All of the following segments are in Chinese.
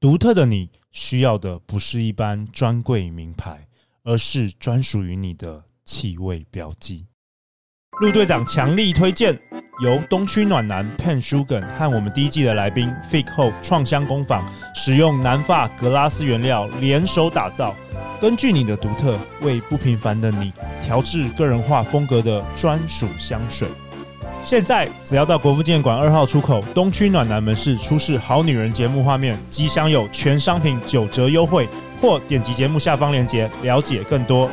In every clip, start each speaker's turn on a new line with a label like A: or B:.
A: 独特的你需要的不是一般专柜名牌，而是专属于你的气味标记。陆队长强力推荐由东区暖男 Pen Sugan 和我们第一季的来宾 Fig 后创香工坊使用南法格拉斯原料联手打造，根据你的独特为不平凡的你调制个人化风格的专属香水。现在只要到国父纪念馆二号出口东区暖男门市出示“好女人”节目画面，即享有全商品九折优惠，或点击节目下方链接了解更多。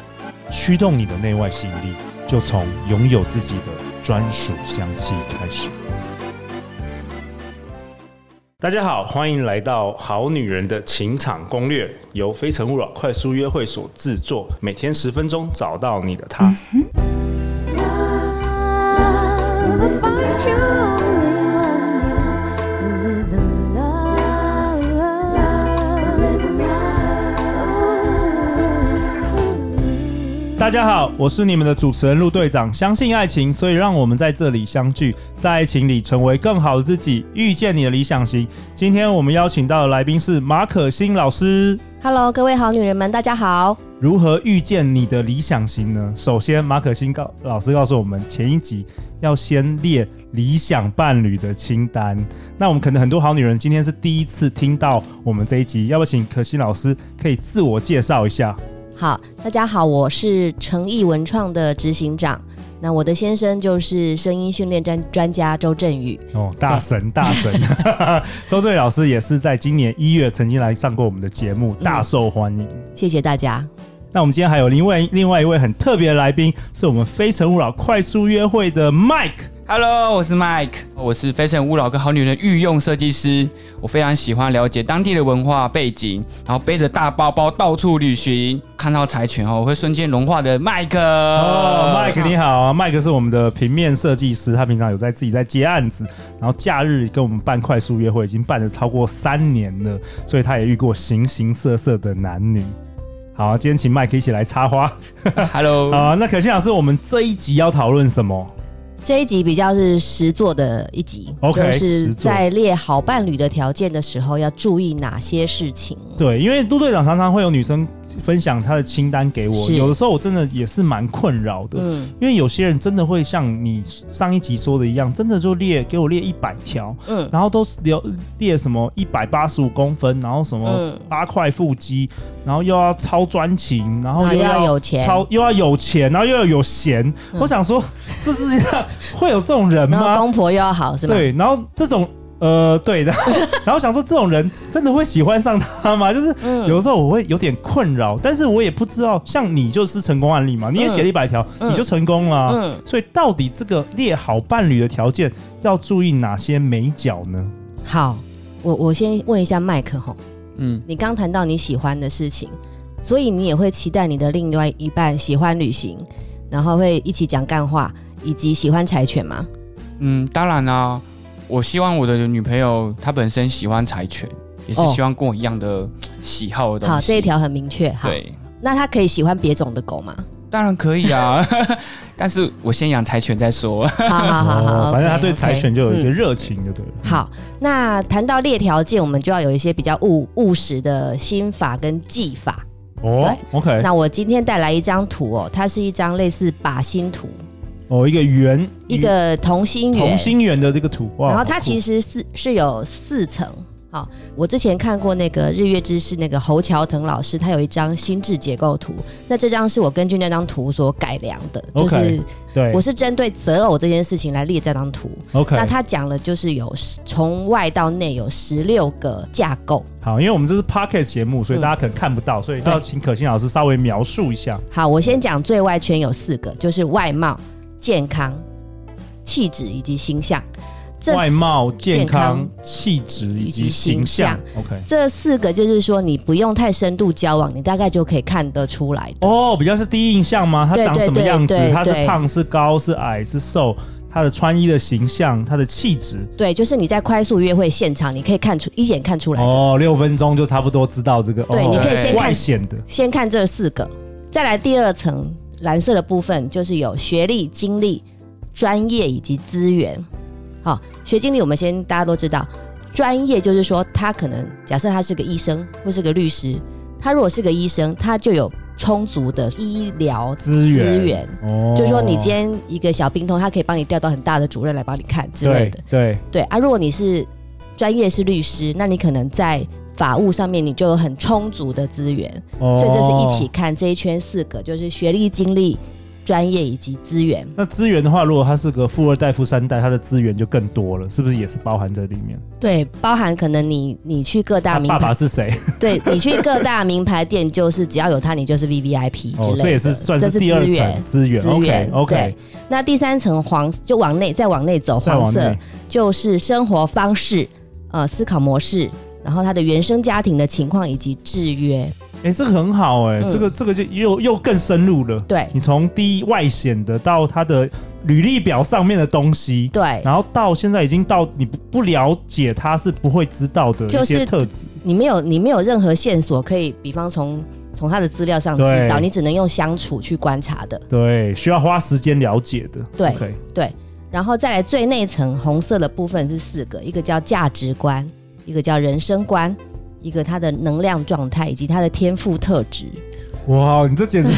A: 驱动你的内外吸引力，就从拥有自己的专属香气开始。大家好，欢迎来到《好女人的情场攻略》，由非诚勿扰快速约会所制作，每天十分钟，找到你的他。
B: Love, I find you only one you live in love, live in love.
A: 大家好，我是你们的主持人陆队长。相信爱情，所以让我们在这里相聚，在爱情里成为更好的自己，遇见你的理想型。今天我们邀请到的来宾是马可欣老师。
C: Hello，各位好女人们，大家好。
A: 如何遇见你的理想型呢？首先，马可欣告老师告诉我们，前一集要先列理想伴侣的清单。那我们可能很多好女人今天是第一次听到我们这一集，要不要请可欣老师可以自我介绍一下？
C: 好，大家好，我是诚毅文创的执行长。那我的先生就是声音训练专专家周振宇。
A: 哦，大神大神， 周正宇老师也是在今年一月曾经来上过我们的节目，大受欢迎。
C: 谢谢大家。
A: 那我们今天还有另外另外一位很特别的来宾，是我们非诚勿扰快速约会的 Mike。
D: Hello，我是 Mike，我是非诚勿扰跟好女人的御用设计师。我非常喜欢了解当地的文化背景，然后背着大包包到处旅行，看到柴犬后我会瞬间融化的 Mike。
A: 哦
D: 哦
A: ，Mike 你好啊，Mike 是我们的平面设计师，他平常有在自己在接案子，然后假日跟我们办快速约会，已经办了超过三年了，所以他也遇过形形色色的男女。好，今天请 Mike 一起来插花。
D: Hello，
A: 好、那可心老师，我们这一集要讨论什么？
C: 这一集比较是实作的一集
A: OK，
C: 就是
A: 实作
C: 在列好伴侣的条件的时候，要注意哪些事情。
A: 对，因为陆队长常常会有女生分享她的清单给我，
C: 是
A: 有的时候我真的也是蛮困扰的。
C: 嗯
A: 因为有些人真的会像你上一集说的一样，真的就列给我列一百条，
C: 嗯，
A: 然后都是留列什么一百八十五公分，然后什么
C: 嗯
A: 八块腹肌，然后又要超专情，然后
C: 然后
A: 又
C: 啊又要有钱嗯
A: 超又要有钱，然后又要有闲。我想说，这世界上 会有这种人
C: 然后
A: 吗？
C: 公婆又要好是吧？
A: 对，然后这种。呃，对 的，然后想说这种人真的会喜欢上他吗？就是
C: 嗯
A: 有的时候我会有点困扰，但是我也不知道，像你就是成功案例嘛，你也写了一百条，
C: 嗯
A: 你就成功了啊、
C: 嗯，
A: 所以到底这个列好伴侣的条件要注意哪些美角呢？
C: 好，我我先问一下麦克吼，
D: 嗯，
C: 你刚谈到你喜欢的事情，所以你也会期待你的另外一半喜欢旅行，然后会一起讲干话，以及喜欢柴犬吗？
D: 嗯，当然啦、我希望我的女朋友她本身喜欢柴犬，也是
C: 哦
D: 希望跟我一样的喜好的东西。
C: 好，这一条很明确。好，
D: 对，
C: 那他可以喜欢别种的狗吗？
D: 当然可以啊， 但是我先养柴犬再说。
C: 好好好好，
A: 哦反正他
C: OK，
A: 对柴
C: OK，
A: 犬就有一个
C: 嗯
A: 热情，就对了。
C: 好，那谈到列条件，我们就要有一些比较务务实的心法跟技法。
A: 哦，OK，
C: 那我今天带来一张图哦，它是一张类似靶心图，
A: 哦，一个圆，
C: 一个同心圆，
A: 同心圆的这个图，哇
C: 然后它其
A: 实
C: 实是是有四层。好、我之前看过那个《日月之势》那个侯乔腾老师，他有一张心智结构图。那这张是我根据那张图所改良的，就
A: OK，哎
C: 是
A: 对
C: 我是针对择偶这件事情来列这张图。
A: ，OK，
C: 那他讲了就是有十从外到内有十六个架构。
A: 好，因为我们这是 Pocket 节目，所以
C: 嗯
A: 大家可能看不到，所以要请可心老师稍微描述一下。
C: 好，我先讲最外圈有四个，就是外貌、健康、气质以及形象。这
A: 外貌、健
C: 健康
A: 康、气质以
C: 以
A: 及
C: 及
A: 形
C: 形
A: 象
C: 象
A: ，OK，
C: 这四个就是说，你不用太深度交往，你大概就可以看得出来的。
A: 哦，比较是第一印象吗？他
C: 对
A: 长
C: 对
A: 什么
C: 对
A: 样子？
C: 对
A: 他是
C: 对
A: 胖是高是矮是瘦？他的穿衣的形象，他的气质。
C: 对，就是你在快速约会现场，你可以看出一眼看出来的。
A: 哦，六分钟就差不多知道这个。
C: 对
A: 哦
C: 你
D: 可以先看
A: 外显的。
C: 先看这四个，再来第二层蓝色的部分，就是有学历、经历、专业以及资源。好、学经历我们先大家都知道，专业就是说，他可能假设他是个医生或是个律师，他如果是个医生，他就有充足的医疗
A: 资源哦
C: 就是说，你今天一个小病痛，他可以帮你调到很大的主任来帮你看之类的。
A: 哦对
C: 对啊，如果你是专业是律师，那你可能在法务上面你就有很充足的资源，
A: 对，哦
C: 所以这是一起。看这一圈四个，就是学历、经历、专业以及资源。
A: 那资源的话，如果他是个富二代、富三代，他的资源就更多了，是不是也是包含在里面？
C: 对，包含可能你你去各大
A: 他
C: 名
A: 爸爸
C: 牌，
A: 是谁？
C: 对你去各大名牌店，就是只要有它，你就是 V V I P 之类
A: 哦
C: 的。，
A: 这也是算
C: 这
A: 是第二
C: 资
A: 层
C: 源。
A: 资源。
C: 资源
A: OK OK，
C: 那第三层黄就往内，再往内走，
A: 再
C: 黄
A: 往
C: 色
A: 内，
C: 就是生活方式、呃思考模式，然后他的原生家庭的情况以及制约。
A: 哎，这个很好哎，
C: 嗯
A: 这个这个就又又更深入了。
C: 对
A: 你从第一外显的到他的履历表上面的东西，
C: 对，
A: 然后到现在已经到你不不了解他是不会知道的
C: 就
A: 一
C: 是
A: 些特质，
C: 你没有你没有任何线索可以，比方从从他的资料上知道，
A: 对
C: 你只能用相处去观察的。
A: 对，需要花时间了解的。
C: 对
A: OK
C: 对，然后再来最内层红色的部分是四个，一个叫价值观，一个叫人生观，一个他的能量状态以及他的天赋特质。
A: 哇，你这 简直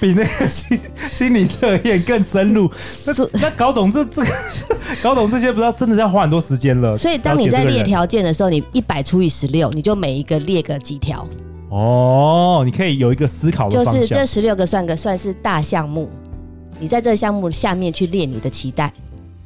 A: 比那个心心理测验更深入。那
C: 所
A: 那搞懂这这个， 搞懂这些，不知道真的是要花很多时间了。
C: 所以当你
A: 了解
C: 在
A: 这个
C: 列
A: 人
C: 条件的时候，你一百除以十六，你就每一个列个几条，
A: 哦，你可以有一个思考的
C: 就
A: 方向。
C: 是这十六个算个算是大项目。你在这个项目下面去列你的期待，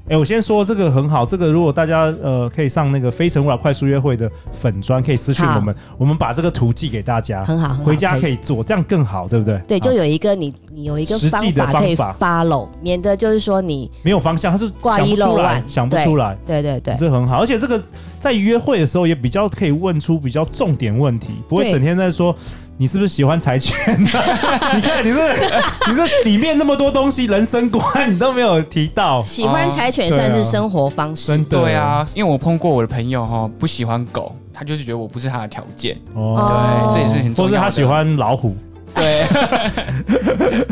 A: 哎、我先说这个很好，这个如果大家呃可以上那个《非诚勿扰》快速约会的粉砖，可以私信
C: 好
A: 我们，我们把这个图寄给大家，
C: 很好，很好
A: 回家可。以做，这样更好，对不对？
C: 对，就
A: 好
C: 有一个你，你有一个
A: 实
C: 方
A: 际的
C: 法可以
A: 方
C: follow，免得就是说你，
A: 没有方向，他是
C: 挂
A: 想
C: 一
A: 不出
C: 漏
A: 来，
C: 万
A: 想不
C: 对
A: 出来，
C: 对对对，
A: 这很好。而且这个在约会的时候也比较可以问出比较重点问题，不会
C: 对
A: 整天在说。你是不是喜欢柴犬、啊？ 你看你这，你这里面那么多东西，人生观你都没有提到，
D: 啊
C: 喜欢柴犬
A: 对
C: 算
A: 啊
C: 是生活方式，
A: 真的
D: 对啊，因为我碰过我的朋友哈、不喜欢狗，他就是觉得我不是他的条件。
C: 哦
D: 对，这也是很重
A: 或
D: 要
A: 是
D: 的。
A: 他喜欢老虎，
D: 对，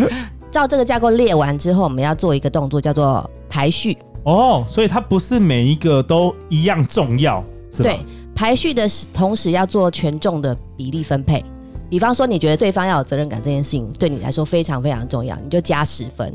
C: 照这个架构列完之后，我们要做一个动作，叫做排序。
A: 哦，所以它不是每一个都一样重要，是吧？
C: 对，排序的时同时要做权重的比例分配。比方说，你觉得对方要有责任感这件事情对你来说非常非常重要，你就加十分。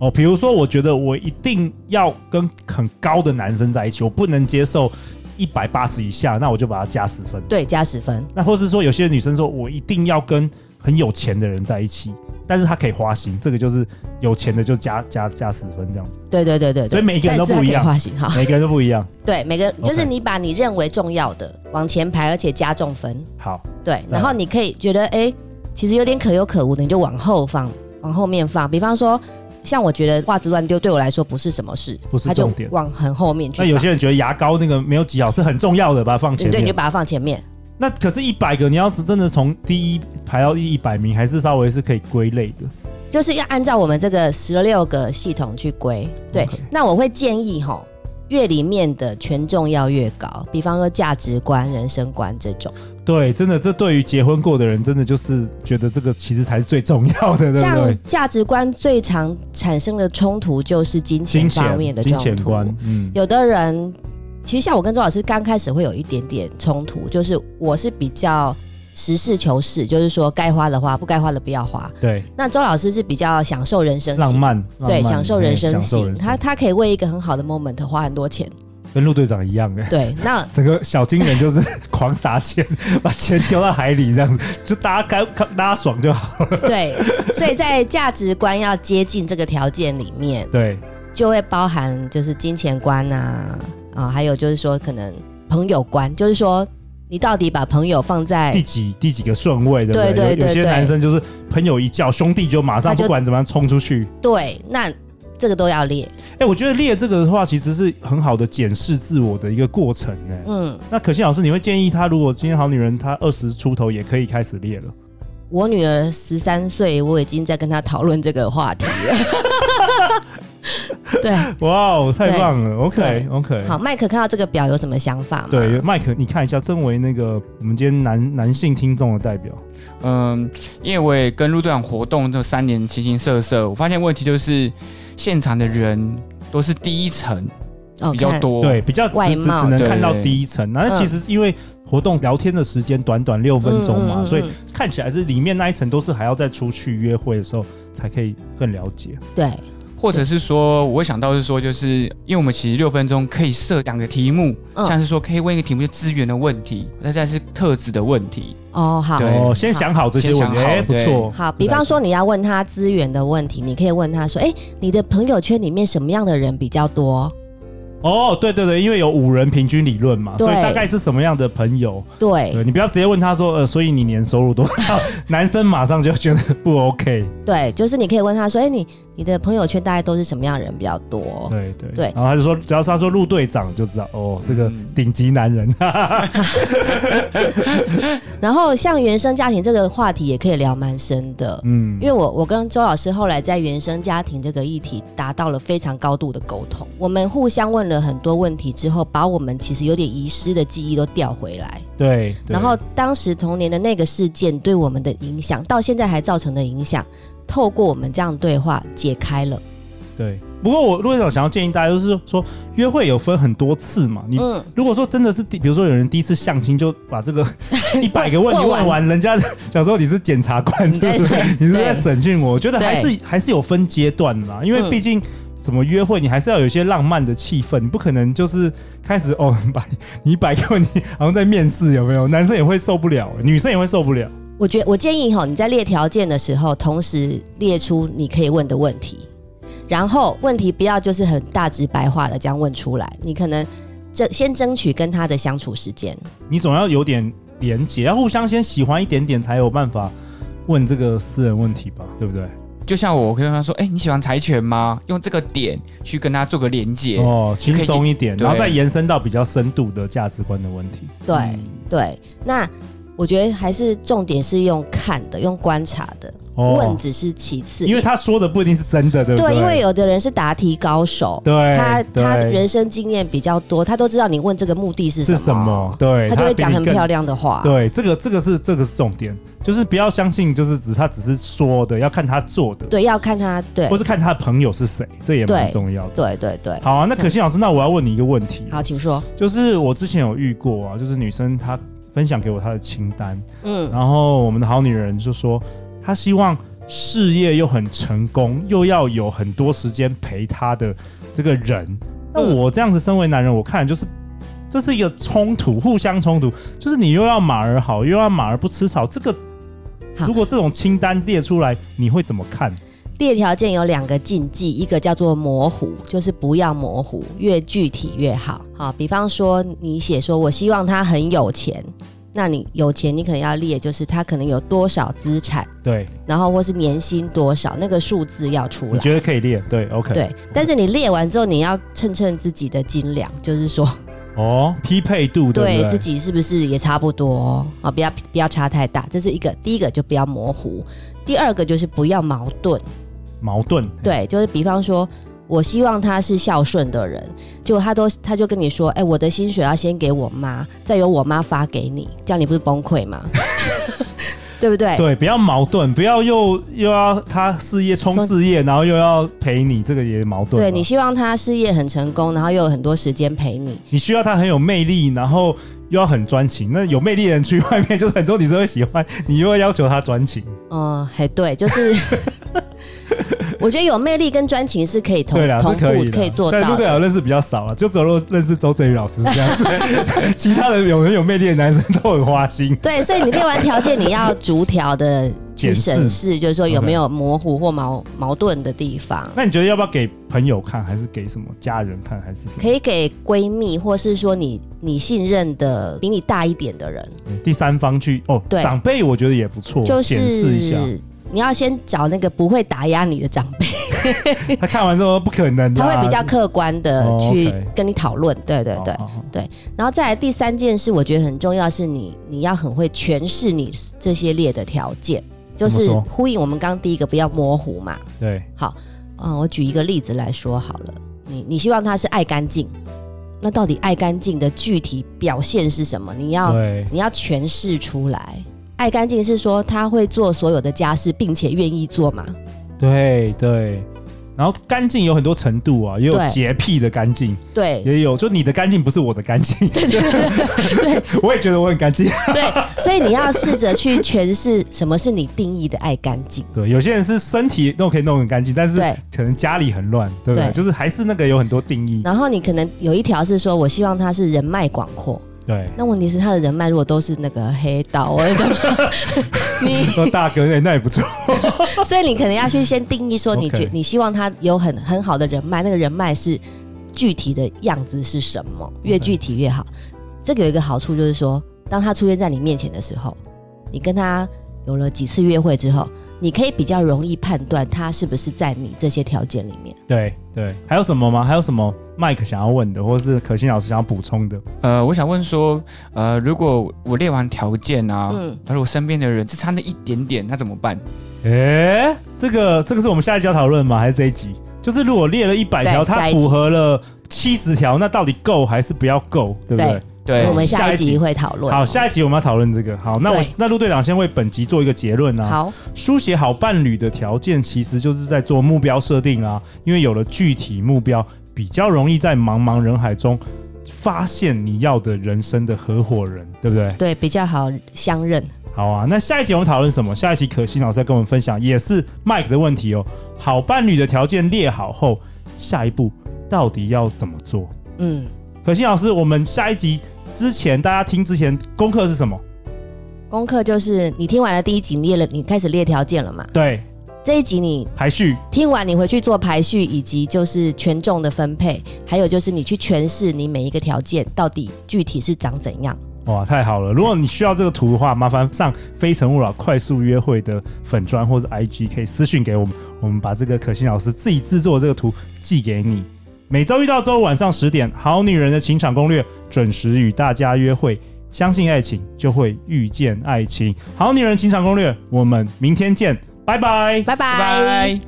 A: 哦，比如说，我觉得我一定要跟很高的男生在一起，我不能接受一百八十以下，那我就把它加十分。
C: 对，加十分。
A: 那或是说，有些女生说我一定要跟很有钱的人在一起，但是她可以花心，这个就是有钱的就加加加十分这样 子，
C: 对对对对对。
A: 所以每一个人都
C: 但是它
A: 不
C: 可
A: 一
C: 以
A: 样，
C: 划型哈。
A: 每个人都不一样。
C: 对，每个
A: OK
C: 就是你把你认为重要的往前排，而且加重分。
A: 好，
C: 对，
A: 再来
C: 然后你可以觉得哎、诶其实有点可有可无的，你就往后放，往后面放。比方说，像我觉得袜子乱丢对我来说不是什么事，
A: 不是
C: 它就
A: 重点
C: 往很后面去
A: 那
C: 放。
A: 有些人觉得牙膏那个没有挤好是很重要的，把它放前
C: 嗯对，你就
A: 面。
C: 把它放前面。
A: 那可是，一百个你要是真的从第一排到第一百名，还是稍微是可以归类的。
C: 就是要按照我们这个十六个系统去归。对
A: OK
C: 那我会建议吼，越里面的权重要越高，比方说价值观、人生观这种。
A: 对，真的，这对于结婚过的人，真的就是觉得这个其实才是最重要的，对不
C: 像
A: 对？
C: 价值观最常产生的冲突就是金
A: 金
C: 钱方
A: 钱、
C: 面的
A: 金
C: 冲
A: 钱观
C: 突。，
A: 嗯，
C: 有的人其实像我跟周老师刚开始会有一点点冲突，就是我是比较实事求是，就是说该花的花，不该花的不要花。
A: 对，
C: 那周老师是比较享受人生
A: 浪
C: 型，
A: 漫，浪
C: 对，
A: 漫哎
C: 享受人生
A: 享受
C: 型，
A: 人生
C: 他他可以为一个很好的 moment 花很多钱。
A: 跟陆队长一样哎。
C: 对，那
A: 整个小金人就是狂撒钱，把钱丢到海里这样子，就大家开开大家爽就好。
C: 对，所以在价值观要接近这个条件里面，
A: 对，
C: 就会包含就是金钱观啊啊，还有就是说可能朋友观，就是说你到底把朋友放在
A: 第几第几个顺位，对不
C: 对对
A: 有有
C: 对
A: 些
C: 对
A: 男生就是朋友一叫，兄弟就马上
C: 他就
A: 不管怎么样冲出去。
C: 对，那这个都要列，
A: 哎，我觉得列这个的话，其实是很好的检视自我的一个过程哎呢。
C: 嗯。
A: 那可心老师，你会建议他，如果今天好女人她二十出头也可以开始列了？
C: 我女儿十三岁，我已经在跟她讨论这个话题了。 对，
A: 哇哦，太
C: 对
A: 棒了！OK
C: 对
A: OK，
C: 好，麦克看到这个表有什么想法吗？
A: 对，麦克，你看一下，身为那个我们今天男男性听众的代表，
D: 嗯，因为我也跟陆队长活动这三年形形色色，我发现问题就是现场的人都是第一层，
C: 哦
D: 比较
C: 看
D: 多。
A: 对，比较
C: 外
A: 只只
C: 貌嗯
A: 只能
D: 对
A: 看到第一层。那其实因为活动聊天的时间短短六分钟嘛，
C: 嗯嗯嗯
A: 所以看起来是里面那一层都是还要再出去约会的时候才可以更了解。
C: 对，
D: 或者是说，我会想到是说，就是因为我们其实六分钟可以设两个题目，
C: 嗯
D: 像是说可以问一个题目就资源的问题，那再是特质的问题。
C: 哦，好。
D: 对
A: 哦，先想好这些问
D: 先
A: 题，
D: 想好
A: 哎，不错。
C: 好，比方说你要问他资源的问题，你可以问他说：“哎、你的朋友圈里面什么样的人比较多
A: 哦，对对对，因为有五人平均理论嘛，
C: 对
A: 所以大概是什么样的朋友？？”
C: 对
A: 对你不要直接问他说，呃，所以你年收入多 少？男生马上就觉得 不 OK。
C: 对，就是你可以问他说：“哎、你你的朋友圈大概都是什么样的人比较多
A: 对对
C: 哦对嗯
A: 然后他就说，只要是他说陆队长就知道，哦，这个顶级男人。哈哈哈。？”
C: 然后像原生家庭这个话题也可以聊蛮深的，
A: 嗯
C: 因为我我跟周老师后来在原生家庭这个议题达到了非常高度的沟通，我们互相问了很多问题之后，把我们其实有点遗失的记忆都调回来。
A: 对，对
C: 然后当时童年的那个事件对我们的影响，到现在还造成的影响，透过我们这样对话解开了。
A: 对。不过我陆队长想要建议大家，就是说约会有分很多次嘛，你。
C: 嗯，
A: 如果说真的是第，比如说有人第一次相亲就把 这个一百个问题问
C: 问完
A: 完，人家 想说你是检察官，
C: 你在
A: 是不是
C: 审
A: 你是
C: 对
A: 在审讯我？我觉得还
C: 对
A: 是还是有分阶段的啦，因为
C: 嗯
A: 毕竟。怎么约会，你还是要有一些浪漫的气氛，你不可能就是开始哦， 摆你摆个问题，好像在面试有没有？男生也会受不了，女生也会受不了。
C: 我觉我建议哈，你在列条件的时候，同时列出你可以问的问题，然后问题不要就是很大直白话的这样问出来，你可能争先争取跟他的相处时间。
A: 你总要有点连结，要互相先喜欢一点点，才有办法问这个私人问题吧，对不对？
D: 就像我，我跟他说：“哎、你喜欢柴犬吗？”用这个点去跟他做个连接。
A: 哦，轻松一点，
D: 对
A: 然后再延伸到比较深度的价值观的问题。
C: 对、
D: 嗯
C: 对，那我觉得还是重点是用看的，用观察的，问只是其次，
A: 哦因为他说的不一定是真的，对不
C: 对，
A: 对？
C: 因为有的人是答题高手。
A: 对
C: 他
A: 对
C: 他人生经验比较多，他都知道你问这个目的是什
A: 是
C: 么，
A: 什么？对，
C: 他就会讲很漂
A: 亮。
C: 亮的话。
A: 对，这个这个是这个是重点，就是不要相信，就是只他只是说的，要看他做的，
C: 对，要看他，对
A: 或是看他的朋友是谁，这也蛮
C: 对
A: 重要的。
C: 对对对。
A: 好啊，那可心老师，那我要问你一个问题，
C: 好，请说。
A: 就是我之前有遇过啊，就是女生她分享给我她的清单，
C: 嗯，
A: 然后我们的好女人就说，她希望事业又很成功，又要有很多时间陪她的这个人。那
C: 嗯
A: 我这样子身为男人，我看就是这是一个冲突，互相冲突，就是你又要马儿好，又要马儿不吃草。这个
C: 好
A: 如果这种清单列出来，你会怎么看？
C: 列条件有两个禁忌，一个叫做模糊，就是不要模糊，越具体越好。好，比方说你写说我希望他很有钱，那你有钱你可能要列，就是他可能有多少资产，
A: 对，
C: 然后或是年薪多少，那个数字要出
A: 你
C: 来。
A: 觉得可以列？对，OK，，
C: 对，但是你列完之后，你要称称自己的斤两，就是说，
A: 哦，匹配度 对不
C: 对
A: 对？
C: 自己是不是也差不多哦啊？不要不要差太大，这是一个。第一个就不要模糊，第二个就是不要矛盾。
A: 矛盾，
C: 对，就是比方说，我希望他是孝顺的人，结果他都他就跟你说，哎，我的薪水要先给我妈，再由我妈发给你，这样你不是崩溃吗？ 对不对？
A: 对，不要矛盾，不要又又要他事业冲
C: 冲
A: 事业，然后又要陪你，这个也矛盾嘛。
C: 对你希望他事业很成功，然后又有很多时间陪你，
A: 你需要他很有魅力，然后又要很专情。那有魅力的人去外面，就是很多女生会喜欢，你又要要求他专情，
C: 嗯，还对，就是 我觉得有魅力跟专情是可以同
A: 对啦，是
C: 同步
A: 可以的
C: 可以做
A: 但啊
C: 到
A: 陆队长
C: 的。
A: 认识比较少了，就只有认识周泽宇老师是这样 子，其他的有很有魅力的男生都很花心。
C: 对，所以你列完条件，你要逐条的去
A: 检视
C: 审视，就是说有
A: OK
C: 没有模糊或矛矛盾的地方。
A: 那你觉得要不要给朋友看，还是给什么家人看，还是什么？
C: 可以给闺蜜，或是说你你信任的比你大一点的人，
A: 第三方去哦，
C: 对
A: 长辈我觉得也不错，
C: 就
A: 哦检视一下。
C: 是你要先找那个不会打压你的长辈，
A: 他看完之后不可能啦，
C: 他会比较客观的
A: 哦
C: 去
A: OK 哦
C: 跟你讨论。对对
A: 好
C: 对，
A: 好好
C: 然后再来第三件事，我觉得很重要是你你要很会诠释你这些列的条件，就
A: 怎
C: 是
A: 么
C: 呼应我们刚刚第一个不要模糊嘛。
A: 对。
C: 嗯，我举一个例子来说好了，你你希望他是爱干净，那到底爱干净的具体表现是什么？你
A: 哦
C: 要
A: 对，
C: 你要诠释出来。爱干净是说他会做所有的家事，并且愿意做嘛？
A: 对对，然后干净有很多程度啊，也有
C: 对
A: 洁癖的干净，
C: 对，
A: 也有就你的干净不是我的干净。对对 对，我也觉得我很干净。
C: 对，所以你要试着去诠释什么是你定义的爱干净。
A: 对，有些人是身体弄可以弄很干净，但是
C: 对
A: 可能家里很乱，对不对？
C: 对
A: 就是还是那个有很多定义。
C: 然后你可能有一条是说，我希望他是人脉广阔。
A: 对，
C: 那问题是他的人脉如果都是那个黑道或者什么， 你
A: 说大哥，那那也不错。
C: 所以你可能要去先定义说，你觉
A: OK
C: 你希望他有很很好的人脉，那个人脉是具体的样子是什么，越
A: OK
C: 具体越好。这个有一个好处就是说，当他出现在你面前的时候，你跟他有了几次约会之后，你可以比较容易判断他是不是在你这些条件里面。
A: 对对，还有什么吗？还有什么麦克想要问的，或是可心老师想要补充的？
D: 呃，我想问说，呃，如果我列完条件啊，
C: 嗯
D: 但是我身边的人只差那一点点，那怎么办？
A: 诶，哎这个这个是我们下一集要讨论吗？还是这一集？就是如果列了一百条，
C: 对
A: 它
C: 下一集
A: 符合了七十条，那到底够还是不要够，对不对
C: 对？
D: 对
C: 我，们
A: 下
C: 下
A: 一
C: 一
A: 集
C: 集会讨论。
A: 好，下一集我们要讨论这个。好，那我
C: 对
A: 那陆队长先为本集做一个结论啊。
C: 好，
A: 书写好伴侣的条件，其实就是在做目标设定啊，因为有了具体目标，比较容易在茫茫人海中发现你要的人生的合伙人，对不对？
C: 对，比较好相认。
A: 好啊，那下一集我们讨论什么？下一集可心老师要跟我们分享，也是 Mike 的问题哦。好伴侣的条件列好后，下一步到底要怎么做？
C: 嗯，
A: 可心老师，我们下一集之前，大家听之前功课是什么？
C: 功课就是你听完了第一集，你列了，你开始列条件了嘛？
A: 对，
C: 这一集你
A: 排序。
C: 听完，你回去做排序，以及就是权重的分配，还有就是你去诠释你每一个条件到底具体是长怎样。
A: 哇，太好了！如果你需要这个图的话，麻烦上《非诚勿扰》快速约会的粉砖或是 IG，可以私讯给我们，我们把这个可心老师自己制作的这个图寄给你。每周一到周五晚上十点，《好女人的情场攻略》准时与大家约会。相信爱情，就会遇见爱情。《好女人情场攻略》，我们明天见，拜拜。
D: 拜
C: 拜拜。
D: 拜。